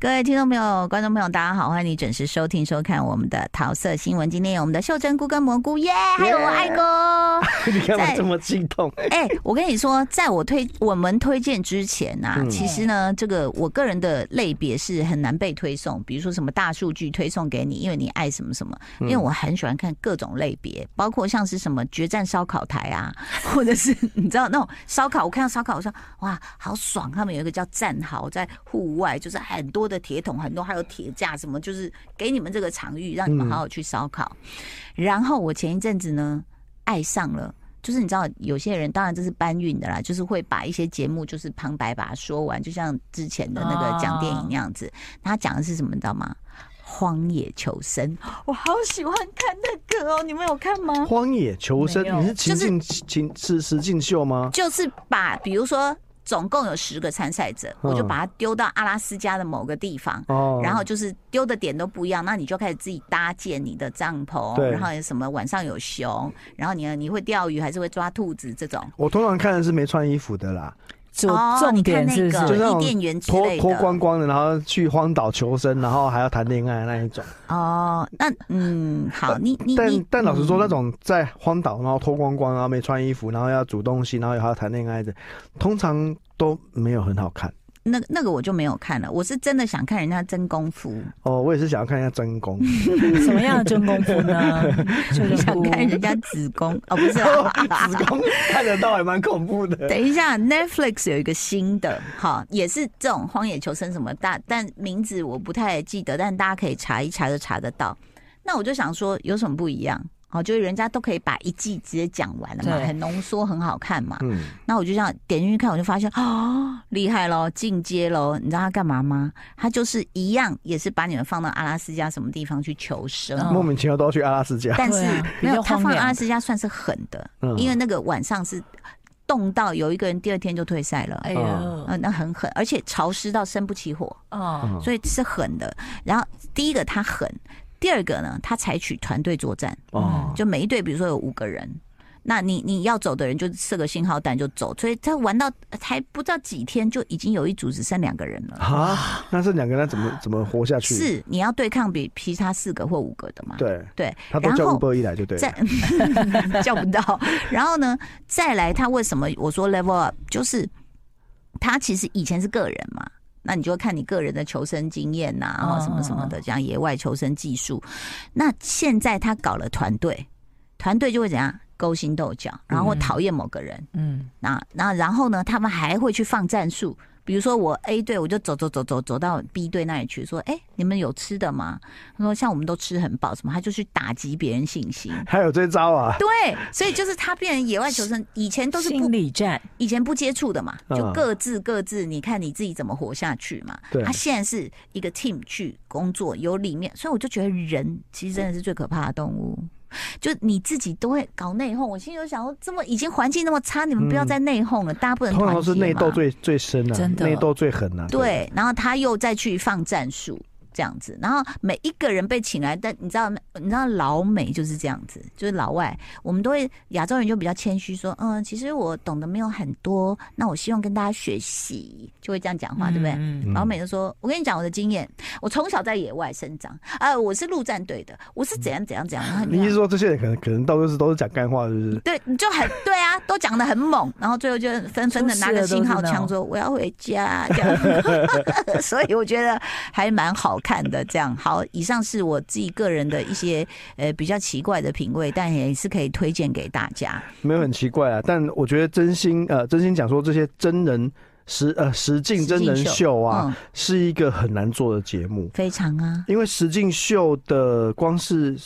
各位听众朋友、观众朋友，大家好，欢迎你准时收听、收看我们的桃色新闻。今天有我们的秀珍菇跟蘑菇耶还有我爱哥。你干嘛在这么激动？ 哎、我跟你说，在我推我们推荐之前啊，嗯其实呢，这个我个人的类别是很难被推送，比如说什么大数据推送给你，因为你爱什么什么，因为我很喜欢看各种类别，包括像是什么决战烧烤台啊， 或者是你知道那种烧烤，我看到烧烤，我说哇，好爽！他们有一个叫战壕，在户外就是很多的铁桶，很多还有铁架什么，就是给你们这个场域，让你们好好去烧烤。然后我前一阵子呢，爱上了。就是你知道，有些人当然这是搬运的啦，就是会把一些节目就是旁白把它说完，就像之前的那个讲电影那样子。他讲的是什么，你知道吗？荒野求生，我好喜欢看那个哦，你们有看吗？荒野求生没，有你是情就是境情是实境秀吗？就是把比如说总共有十个参赛者，嗯我就把它丢到阿拉斯加的某个地方。哦，然后就是丢的点都不一样，那你就开始自己搭建你的帐篷，对然后有什么晚上有熊，然后你你会钓鱼还是会抓兔子这种，我通常看的是没穿衣服的啦，就哦重点是不你看那个就是是？那种伊甸园之脱类的脱光光的，然后去荒岛求生，然后还要谈恋爱那一种。哦，那嗯，好，你你呃但你但老实说，嗯那种在荒岛然后脱光光，然后没穿衣服，然后要煮东西，然后还要谈恋爱的，通常都没有很好看。那个那个我就没有看了，我是真的想看人家真功夫，哦，我也是想要看一下真功。什么样的真功夫呢？ 就是哦想看人家子宫哦，不是 啦子宫看得到还蛮恐怖的。等一下，Netflix 有一个新的，哈，也是这种荒野求生什么大，但名字我不太记得，但大家可以查一查就查得到。那我就想说，有什么不一样？好，就是人家都可以把一季直接讲完了嘛，对很浓缩，很好看嘛。嗯，那我就这样点进去看，我就发现 啊，厉害喽，进阶喽！你知道他干嘛吗？他就是一样，也是把你们放到阿拉斯加什么地方去求生。嗯莫名其妙都要去阿拉斯加。但是对啊没比有较他荒放凉阿拉斯加算是狠的，嗯因为那个晚上是冻到有一个人第二天就退赛了，哎，哎呦，嗯，那很狠，而且潮湿到生不起火，哦，嗯所以是狠的。然后第一个他狠，第二个呢，他采取团队作战，哦，就每一队比如说有五个人。那你你要走的人就射个信号弹就走，所以他玩到还不知道几天，就已经有一组只剩两个人了。啊，那这两个人怎么怎么活下去？，是你要对抗比其他四个或五个的嘛？对，对，他都然叫后吴伯一来就对了再。 叫不到。然后呢，再来他为什么我说 level up，就是他其实以前是个人嘛。那你就看你个人的求生经验呐、然后什么什么的，这样野外求生技术。那现在他搞了团队，团队就会怎样勾心斗角，然后嗯讨厌某个人，嗯，那那然后呢，他们还会去放战术，比如说我 A 队，我就走走走走走到 B 队那里去，说，哎、你们有吃的吗？他说像我们都吃很饱，什么，他就去打击别人信心。还有这招啊，对，所以就是他变成野外求生，以前都是不心理战，以前不接触的嘛，嗯就各自各自，你看你自己怎么活下去嘛。对他现在是一个 team 去工作，有里面，所以我就觉得人其实真的是最可怕的动物。就你自己都会搞内讧，我心里就想说，这么已经环境那么差，你们不要再内讧了，大家不能嗯通常团都结是内斗嘛最最深啊，真的内斗最狠啊。，啊对，然后他又再去放战术这样子，然后每一个人被请来，但你知道，你知道老美就是这样子，就是老外，我们都会亚洲人就比较谦虚，说，嗯，其实我懂得没有很多，那我希望跟大家学习，就会这样讲话，对不对？嗯嗯老美就说：“我跟你讲我的经验，我从小在野外生长，呃，我是陆战队的，我是怎样怎样怎样。”然后你看是说这些人可能可能到处是都是讲干话，是不是？对，你就很对啊，都讲的很猛，然后最后就纷纷的拿个信号枪说我要回家，这样，所以我觉得还蛮好看的。这样好，以上是我自己个人的一些呃比较奇怪的品味，但也是可以推荐给大家。没有很奇怪啊，但我觉得真心呃，真心讲说这些真人实呃实境实真境人秀秀啊，嗯，是一个很难做的节目，非常啊，因为实境秀的光是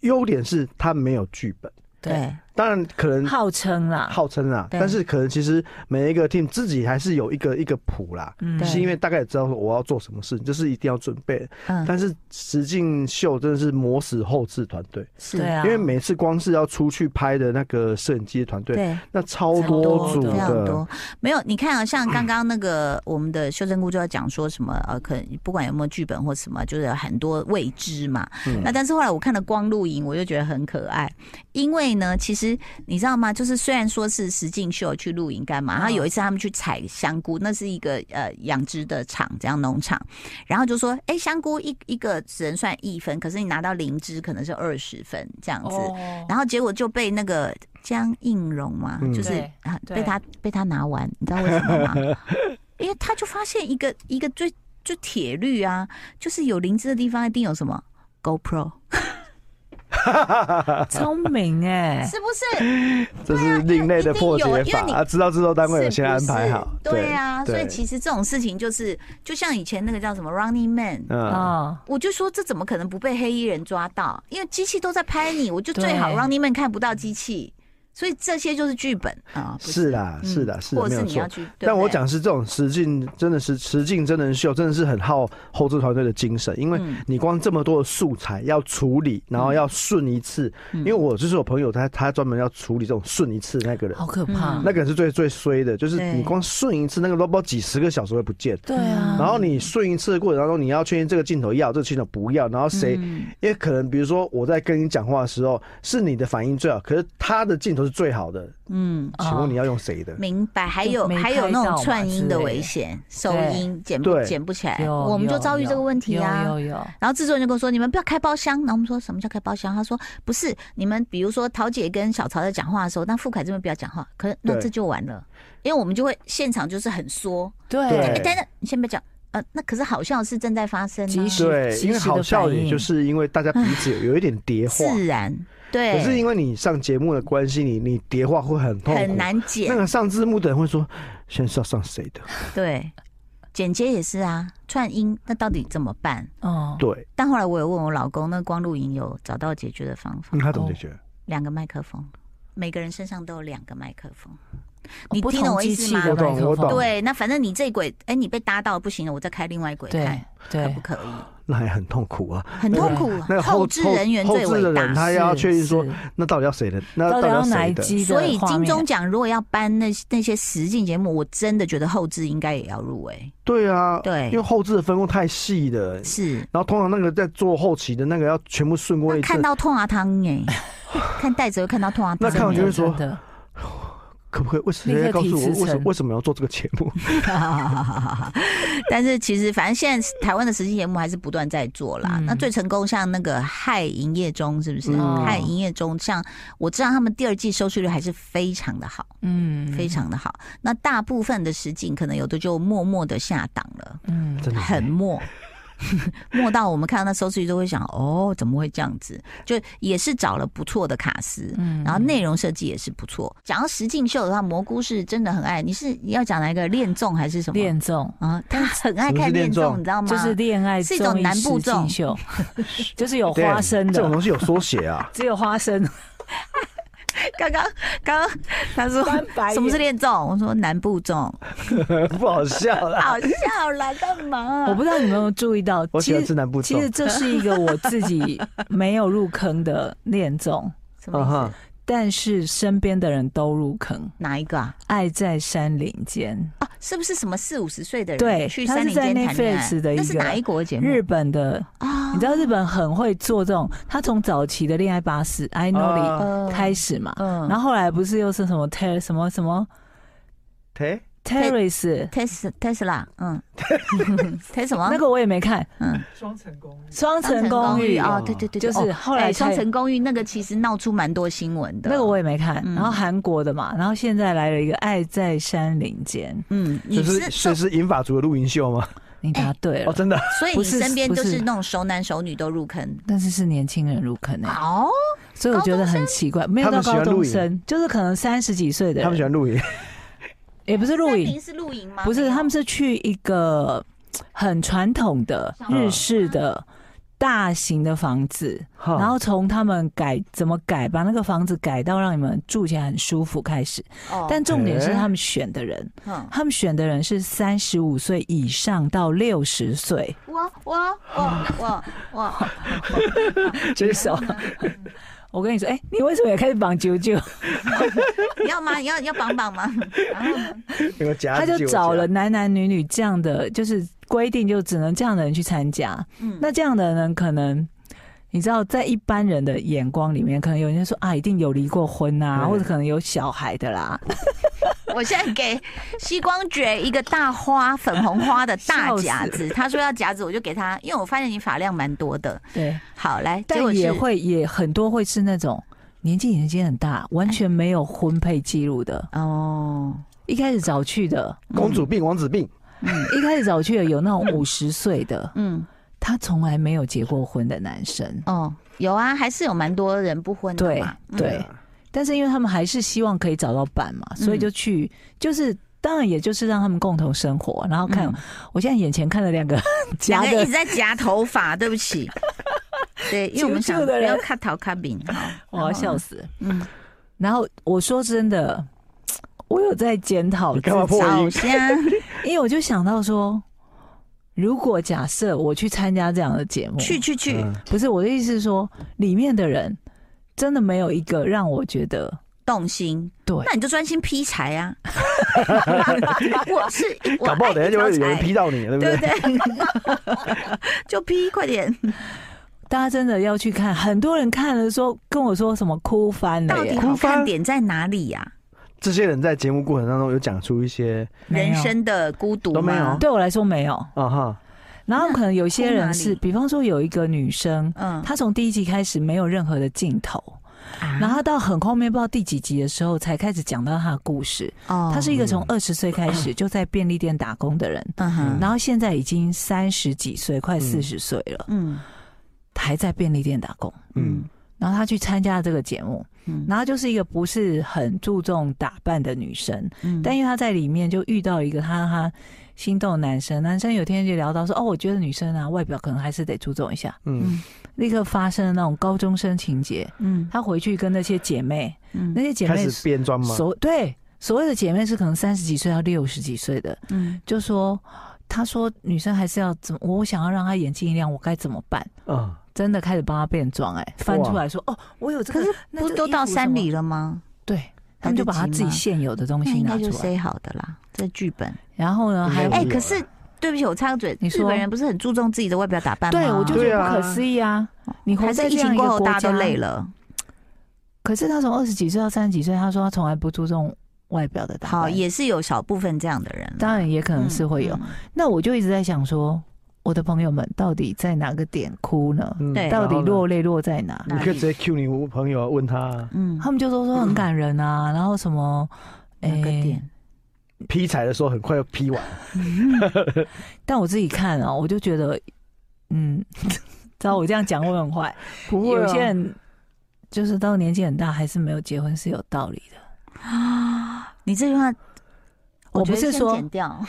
优点是它没有剧本，对，当然可嗯能号称啦，号称啊，对但是可能其实每一个 team 自己还是有一个一个谱啦，嗯对是因为大概也知道说我要做什么事，这是一定要准备的。嗯，但是实境秀真的是磨死后置团队，是对啊，因为每次光是要出去拍的那个摄影机团队，对。那超超多多组的非常的多，没有你看啊，像刚刚那个我们的修真姑就要讲说什么呃，可能不管有没有剧本或什么，就是有很多未知嘛。嗯那但是后来我看了光录影，我就觉得很可爱，因为呢，其实你知道吗？就是虽然说是石进秀去露营干嘛，嗯他有一次他们去采香菇，那是一个呃养殖的厂，这样农场，然后就说，哎、香菇一一个只能算一分，可是你拿到灵芝可能是二十分这样子。哦然后结果就被那个江映蓉嘛，嗯就是对啊对被他被他拿完，你知道为什么 吗？因为他就发现一个一个最就铁律啊，就是有灵芝的地方一定有什么 GoPro，聪明哎， 是不是？这是另类的破解对啊因为一定有法因为你啊！知道制作单位有先安排好是不，是对啊，所以实其实这种事情就是就像以前那个叫什么 Running Man。嗯，哦，我就说这怎么可能不被黑衣人抓到？因为机器都在拍你，我就最好对 Running Man 看不到机器，所以这些就是剧本啊。不是啦，嗯是啦，是啦或没者是有你要错。去。对但不我对讲是这种实境，真的是实境真人秀，真的是很耗后置团队的精神，因为嗯你光这么多的素材要处理，然后要顺一次，嗯因为我就是有朋友他他专门要处理这种顺一次那个人，好可怕嗯，那个人是最最衰的，就是对你光顺一次那个都不知道几十个小时会不见，对嗯啊，然后你顺一次的过程当中，你要确定这个镜头要，这个镜头不要，然后谁嗯因为可能比如说我在跟你讲话的时候，是你的反应最好，可是他的镜头是最好的，嗯，哦请问你要用谁的？明白。还有没还有拍那到种嘛串音之的类危的险，收对音捡不对捡不起来，有我们就有遭遇这个有问题啊。有有有，然后制作人就跟我说：“你们不要开包厢。”然后我们说什么叫开包厢？他说：“不是，你们比如说桃姐跟小曹在讲话的时候，那傅凯这边不要讲话，可是那对这就完了，因为我们就会现场就是很缩。哎，对等等，你先别讲，呃，那可是好笑的事正在发生、及啊，时对，及因为时的好笑反也应啊就是因为大家彼此有有一点叠化，自然，可是对，因为你上节目的关系，你你叠化会很痛苦，很难那剪，个上字幕的人会说，现在是要上谁 的？对，剪接也是啊，串音那到底怎么办？”哦，对，但后来我有问我老公，那光录影有找到解决的方法那，他怎么哦解决？两个麦克风，每个人身上都有两个麦克风。你你不听懂同我意机思器吗的我懂麦克我风懂对，那反正你这一轨，哎、你被搭到不行了，我再开另外一轨对看，可对不，可以？那还很痛苦啊。很痛苦，那个后后置人员后最后置伟的大人。他要是确定说是，那到底要谁的？那到到底底要要哪谁一的？机的所画以面？金钟奖如果要颁那那些实境节目，我真的觉得后置应该也要入围。对啊，对因为后置的分工太细了。是，然后通常那个在做后期的那个要全部顺过那一看次，到痛啊汤 哎，看袋子会看到痛啊汤那欸。看完就会说真的可不可以？为什么立刻要告诉提我为辞什么呈为什么要做这个节目？ 但是其实，反正现在台湾的实际节目还是不断在做啦。嗯那最成功像那个《嗨营业中》，是不是？嗯嗨营业中》像我知道他们第二季收视率还是非常的好，嗯，非常的好。那大部分的实景可能有的就默默的下档了，嗯，真的很默。 默到我们看到那收视率都会想，哦，怎么会这样子？就也是找了不错的卡司，嗯然后内容设计也是不错。讲到实境秀的话，蘑菇是真的很爱。你是你要讲哪一个恋综还是什么？恋综。啊，他很爱什么是看恋恋综综，你知道吗？就是恋爱是一种综艺南部实境综 秀，就是有花生这种的，东西有缩写啊 ，只有 花生，刚刚刚刚他说翻白眼什么是恋综？我说南部 综，不好笑啦。哦好笑啦，干嘛？我不知道你们有没有注意到，我喜其欢吃实南部其粽实，这是一个我自己没有入坑的恋综，什啊么意哈思？，但是身边的人都入坑，哪一个啊？爱在山林间，啊，是不是什么四五十岁的人对去他山是林间在谈恋爱 Netflix 的一那是个哪一国节目？日本的，啊你知道日本很会做这种，他从早期的恋爱巴士 I Know 哦呃里开始嘛，嗯，然后后来不是又是什么 Ter 什么什么哎， Terrace， Tesla Tesla，嗯 ，Tesla 什么？那个我也没看，嗯，双层公寓哦，对对对，对就是哦后来哎双才层公寓那个其实闹出蛮多新闻的。那个我也没看，嗯然后韩国的嘛，然后现在来了一个《爱在山林间嗯，你就是是受这是银发族的露营秀吗？你答对哦，了，真的，所以不你是身边就不是是那种熟男熟女都入坑但是是年轻人入坑诶、哦，所以我觉得很奇怪，没有他到们喜欢啊高中露营生，就是可能三十几岁的人，他们喜欢露营，也不是露森营林，是露营吗？不没是，有他们是去一个很传统的小日房式的大型的房子，哈然后从他们改怎么改，把那个房子改到让你们住起来很舒服开始。哦，但重点是诶他们选的人，嗯他们选的人是三十五岁以上到六十岁，我我我我我， 举手。啊我跟你说，哎、你为什么也开始绑啾 啾？你 要吗？你要你要绑 绑吗？然后呢有个夹他子就有夹找了男男女女这样的，就是规定就只能这样的人去参加。嗯，那这样的人可能。你知道，在一般人的眼光里面，可能有人说啊，一定有离过婚啊，对或者可能有小孩的啦，我现在给西光觉一个大花粉红花的大夹笑子，他说要夹子，我就给他，因为我发现你发量蛮多的。对，好，来，结但果也是会也很多会是那种年纪年纪很大，完全没有婚配记录的，哦，一开始找去的，公主病、王子病，一开始找去的有那种五十岁的，嗯，他从来没有结过婚的男生，哦，有啊，还是有蛮多人不婚的对嘛。嗯啊对，但是因为他们还是希望可以找到伴嘛，所以就去就是。当然，也就是让他们共同生活，然后看。嗯我现在眼前看了两个两夹个人一的直在夹头 发，对不起。对，因为我们想求救的不人要看头看饼，好，我要笑死。死。嗯，然后我说真的，我有在检讨你自干嘛己，破早音？先因为我就想到说，如果假设我去参加这样的节目，去去去，嗯不是我的意思是说，里面的人真的没有一个让我觉得动心，对。那你就专心劈柴 啊。 我是我搞不好等爱下一条就会有人柴，批到你，对不对对不？对？ 就劈，快点！大家真的要去看，很多人看了说跟我说什么哭翻到了底耶，好哭翻看点在哪里呀？这些人在节目过程当中有讲出一些没有人生的孤独都没吗有？对我来说没有。啊哈，然后可能有些人哭哪是，里比方说有一个女生，嗯，啊她从第一集开始没有任何的镜头，然后到很后面不知道第几集的时候才开始讲到她的故事。哦她是一个从二十岁开始就在便利店打工的人，嗯哼然后现在已经三十几岁，快四十岁了，嗯还在便利店打工。嗯嗯然后她去参加这个节目，嗯然后就是一个不是很注重打扮的女生，嗯但因为她在里面就遇到一个她她心动的男生，男生有天就聊到说，哦，我觉得女生啊外表可能还是得注重一下，嗯，立刻发生了那种高中生情节。嗯她回去跟那些姐妹，嗯那些姐开妹始变装吗？所对所谓的姐妹是可能三十几岁到六十几岁的，嗯就说她说女生还是要怎么，我想要让她眼睛一亮，我该怎么办？嗯，真的开始帮她变装，哎，翻出来说，哦，我有这个可，那不这个都衣到服山什么里了吗？对他们就把他自己现有的东那西应拿该就出来，塞好的啦，这剧本。然后呢，应该还有没哎、有可啊是对不起，我插个嘴，你日说本人不是很注重自己的外表打扮吗？对我就觉对得啊不可思议啊！你活还在是疫这样情一个过后国大家家都累。了。可是他从二十几岁到三十几岁，他说他从来不注重外表的打扮，好，也是有少部分这样的人啦，当然也可能是会有。嗯那我就一直在想说，我的朋友们到底在哪个点哭呢？嗯对到底然后呢落泪落在哪？哪你可以直接 Q 你朋友啊问他啊嗯，他们就都说很感人啊，然后什么，哪个哎点？劈柴的时候很快就劈完，但我自己看啊，我就觉得，嗯， 知道我这样讲会不会啊很坏，不啊有些人就是到年纪很大还是没有结婚是有道理的。你这句话，我觉不得是先说剪，掉。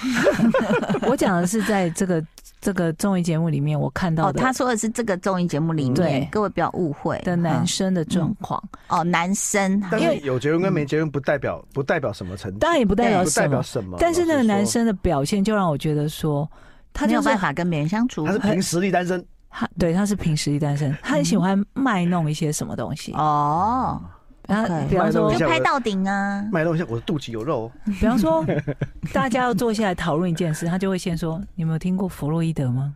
我讲的是在这个这个综艺节目里面我看到哦，的、他说的是这个综艺节目里面对，各位不要误会的男生的状况，嗯哈哦，男生，但因是为有结婚跟没结婚不代表不代表什么程度，当然也不代表嗯不代什表么，什么。但是那个男老实生的表现就让我觉得说，他没就有是办法跟别人相处说他。是凭实力单身，他对他是凭实力单身，他很喜欢卖弄一些什么东西，哦，然后 OK 比嗯方卖弄说一下就拍我到顶啊！卖弄一下我的肚脐有肉哦， 比方说，大家要坐下来讨论一件事，他就会先说：“你有没有听过弗洛伊德吗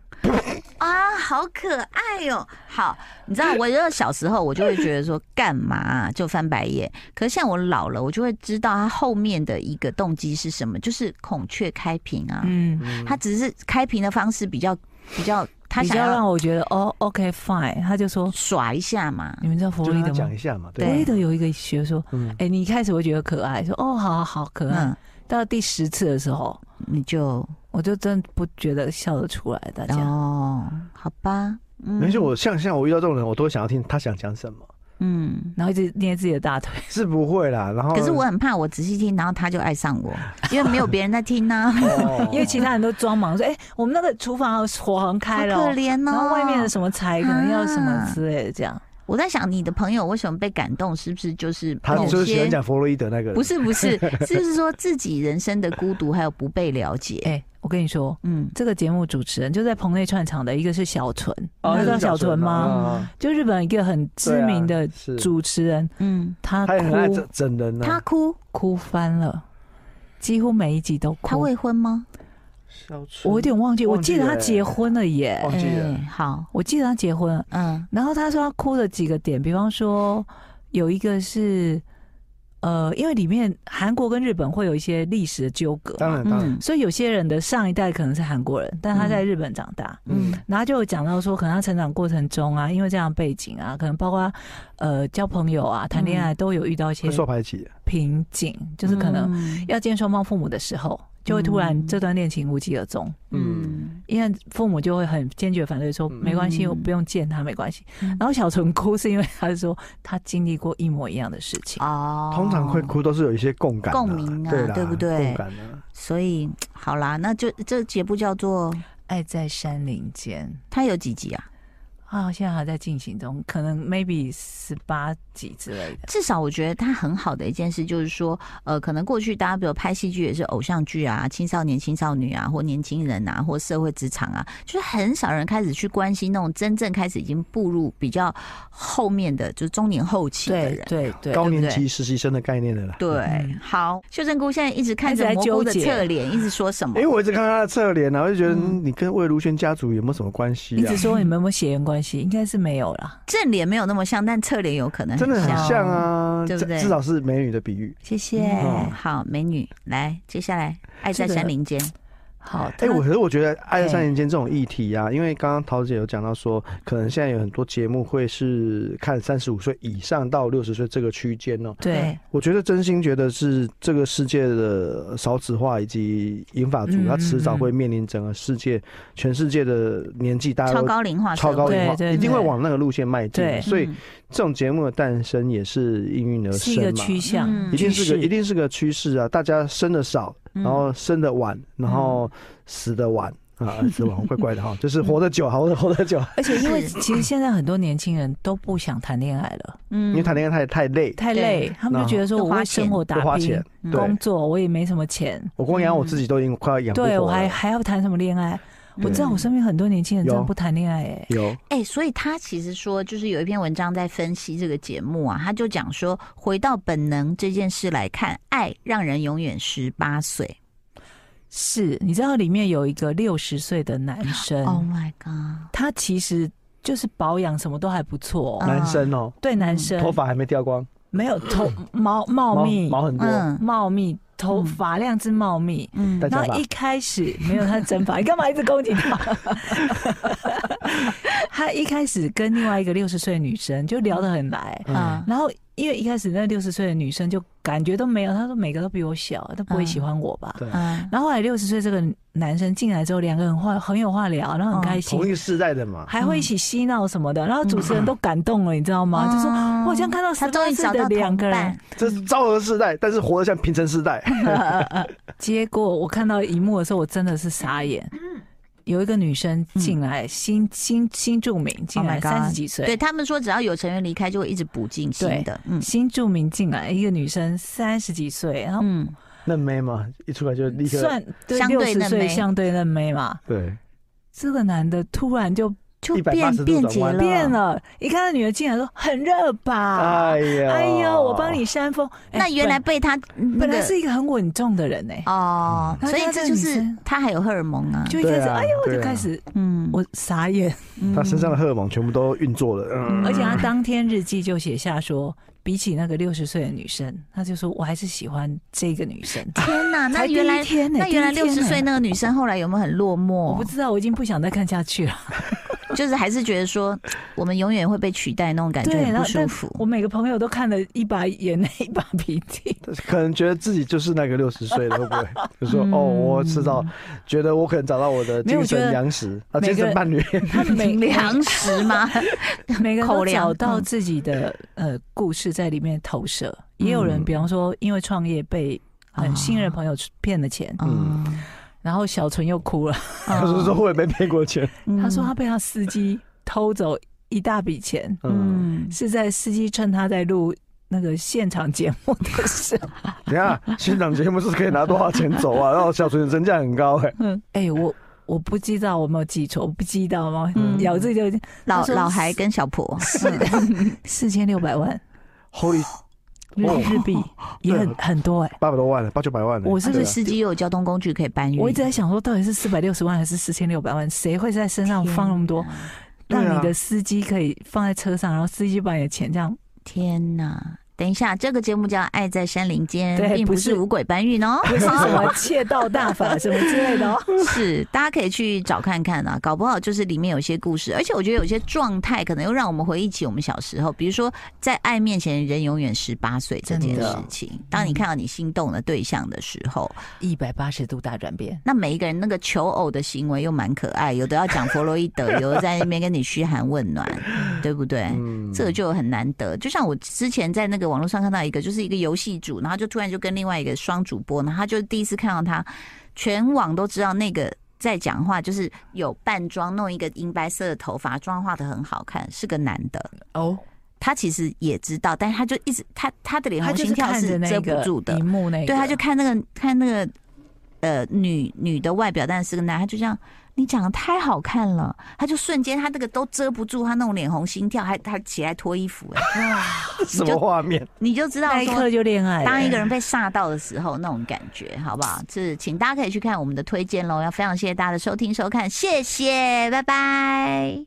啊，好可爱哟、好，你知道，我觉得小时候我就会觉得说干嘛啊、就翻白眼，可是像我老了，我就会知道他后面的一个动机是什么，就是孔雀开屏？”啊，嗯，嗯他只是开屏的方式比较比较，他比想较让要我觉得哦，OK fine，他就说耍一下嘛：“。你们知道弗就洛跟伊他德吗讲一下嘛，？”弗对洛伊吧？德有一个学说。嗯，哎、你一开始会觉得可爱，说哦，好好好可爱。嗯，到第十次的时候，你就我就真不觉得笑得出来，大家。哦，好吧，嗯，没事，我像像我遇到这种人，我都会想要听他想讲什么，嗯。然后一直捏自己的大腿，是不会啦。然后可是我很怕我仔细听，然后他就爱上我，因为没有别人在听啊呐、 哦，因为其他人都装忙说：“哎、我们那个厨房火很好开了可哦，怜然哦。后外面的什么柴可能要什么啊之类的，这样。我在想，你的朋友为什么被感动？是不是就是他某就是喜些欢讲弗洛伊德那个人，不是不 是，是说自己人生的孤独还有不被了解。哎、我跟你说，嗯，这个节目主持人就在棚内串场的一个是小纯，哦你知道是小小纯纯吗？啊就日本一个很知名的对啊是主持人，嗯，他他也很爱哭整整人呢、啊他哭，哭翻了，几乎每一集都他哭。未婚吗？小春我有点忘记，我忘记记得他了结婚了耶，忘记了哎好，我记得他结婚了。嗯然后他说他哭的几个点，比方说有一个是，呃，因为里面韩国跟日本会有一些历史的纠葛嘛，当然当然，嗯所以有些人的上一代可能是韩国人，但他在日本长大，嗯嗯然后就有讲到说，可能他成长过程中啊，因为这样的背景啊，可能包括呃交朋友啊、嗯谈恋爱都有遇到一些会受排挤，瓶颈，就是可嗯能要见双方父母的时候，就会突然嗯这段恋情无疾而终，嗯，因为父母就会很坚决反对说嗯没关系，嗯我不用见他没关系。嗯然后小纯哭是因为他说他经历过一模一样的事情，哦，通常会，哭都是有一些共感、啊、共鸣啊对啦对不对共感啊，所以好啦，那就这节目叫做爱在山林间。它有几集啊？啊，现在还在进行中，可能 maybe 十八集之类的。至少我觉得它很好的一件事就是说，呃，可能过去大家比如拍戏剧也是偶像剧啊，青少年、青少女啊，或年轻人啊，或社会职场啊，就是很少人开始去关心那种真正开始已经步入比较后面的，就是中年后期的人。对对高年对级实习生的概念的啦。对嗯，好，秀珍姑现在一直看一直着在蘑菇的纠结侧脸，一直说什么因为？我一直看他的侧脸啊，我就觉得嗯嗯你跟魏如萱家族有没有什么关系你啊只？说你们有没有血缘关系？应该是没有啦。正脸没有那么像，但侧脸有可能真的很像。像啊，对不至对至少是美女的比喻。谢谢嗯，好美女，来，接下来爱在这个山林间，好，哎、但我可是我觉得《爱在三年间》这种议题啊，因为刚刚桃姐有讲到说，可能现在有很多节目会是看三十五岁以上到六十岁这个区间哦。对，我觉得真心觉得是这个世界的少子化以及银发族，嗯它迟早嗯嗯会面临整个世界、全世界的年纪大家超都高龄化社啊超会，高龄化，对对哦一定会对往那个路线迈进。对所以嗯这种节目的诞生也是应运而是一生个嘛。趋向嗯，一定趋是个势一定是个趋势啊！大家生的少，嗯然后生的晚，然后死的晚嗯啊，死晚怪怪的 哈，就是活得久，活得活得久，而且因为嗯是其实现在很多年轻人都不想谈恋爱了，嗯因为谈恋爱太太累，太累对，他们就觉得说然后我为生活多花打拼钱，，嗯对工作我也没什么钱，我光养我自己都已经快要养不活对了。我还还要谈什么恋爱？我知道我身边很多年轻人真的有不谈恋爱，哎，有哎、所以他其实说，就是有一篇文章在分析这个节目啊，他就讲说，回到本能这件事来看，爱让人永远十八岁。是你知道里面有一个六十岁的男 Oh 生， my god！他其实就是保养什么都还不错哦，嗯男生哦，对男嗯生头发还没掉光，没 有头毛茂毛密毛很多，嗯茂密头嗯发量之茂密，嗯但然假后发一开始没有他整法，你干嘛一直攻击他？ 他一开始跟另外一个六十岁的女生就聊得很来，啊嗯，然后因为一开始那六十岁的女生就感觉都没有，她说每个都比我小，都不会喜欢我吧。对，嗯然后后来六十岁这个男生进来之后，两个人话很有话聊，然哦后很开心同，一个世代的嘛，还会一嗯起嬉闹什么的，然后主持人都感动了，你知道吗？就说嗯我好像看到他终于18岁找的到两同个人伴，这是昭和世代，但是活得像平成世代，哦 结果我看到荧幕的时候，我真的是傻眼。有一个女生进来，新新新著名嗯进 Oh my 来， God 三十几岁对，他们说，只要有成员离开，就会一直补进新的。嗯新著名进来一个女生三十几岁，然后嗯，嫩妹嘛，一出来就立刻算对相六对十嫩岁妹相对嫩妹嘛。对，这个男的突然就就180变度变转节弯了，啊变。了，一看到女的进来说很热吧，哎呀，哎呦，我帮你扇风。哎那原来被他那本本来个是一个很稳重的人呢，哦，嗯所以那这这就女是生他还有荷尔蒙啊。就一开始对啊哎呦，我对就啊开始嗯，我傻眼。嗯他身上的荷尔蒙全部都运作了，嗯，而且他当天日记就写下说，比起那个六十岁的女生，他就说我还是喜欢这个女生。天哪，啊那才第一原来天呢啊那原来第一六天十呢岁那个女生后来有没有很落寞？我不知道，我已经不想再看下去了。就是还是觉得说我们永远会被取代那种感觉对，很然不后舒但服。我每个朋友都看了一把眼泪一把鼻 涕，可能觉得自己就是那个六十岁了，会不 会？就说嗯哦，我知道，觉得我可能找到我的没精有我觉神得粮食啊，每个精神伴侣。 他们 每粮食 吗？每个人口都粮找到嗯自己的呃故事在里面投射，也有人嗯比方说因为创业被啊很信任的朋友骗了钱，嗯嗯，然后小纯又哭了，他说哦说会不会被骗过钱？嗯他说他被他司机偷走一大笔钱，嗯，是在司机趁他在录那个现场节目的时候。等一下新档节目是可以拿多少钱走啊？然后小纯的身价很高哎， 哎、我我不知道我有没有记错，我不知道吗？嗯咬字就老他说老孩跟小婆 是四千六百万，Holy，日哦日 币，也很很多哎、八百多万了，八九百万哎了。我是这不个是？司机又有交通工具可以搬运，我一直在想说，到底是四百六十万还是四千六百万？谁会在身上放那么多？天哪让你对的司机可以放在车上，然后司机把你的钱这 样天哪！等一下，这个节目叫《爱在山林间》，对并不不是是五鬼搬运哦，不是什么窃盗大法什么之类的哦。是大家可以去找看看啊，搞不好就是里面有些故事，而且我觉得有些状态可能又让我们回忆起我们小时候，比如说在爱面前人永远十八岁这件真事的嗯情，当你看到你心动的对象的时候，一百八十度大转变，那每一个人那个求偶的行为又蛮可爱，有的要讲弗洛伊德，有的在那边跟你嘘寒问暖，对不对？嗯这个就很难得。就像我之前在那个网络上看到一个，就是一个游戏主，然后就突然就跟另外一个双主播，然后他就第一次看到他，全网都知道那个。在讲话就是有扮装，弄一个银白色的头发，妆化的很好看，是个男的。哦，他其实也知道，但是他就一直他他的脸他红就心是跳看着是遮那不个住的，荧幕那个，对，他就看那个看那个呃女女的外表，但是个男，他就这样，你长得太好看了，他就瞬间他那个都遮不住他那种脸红心跳，还他起来脱衣服、哎，什么画面？你就知道那一刻说。就恋爱了。当一个人被吓到的时候，那种感觉，好不好？这请大家可以去看我们的推荐喽。要非常谢谢大家的收听收看，谢谢，拜拜。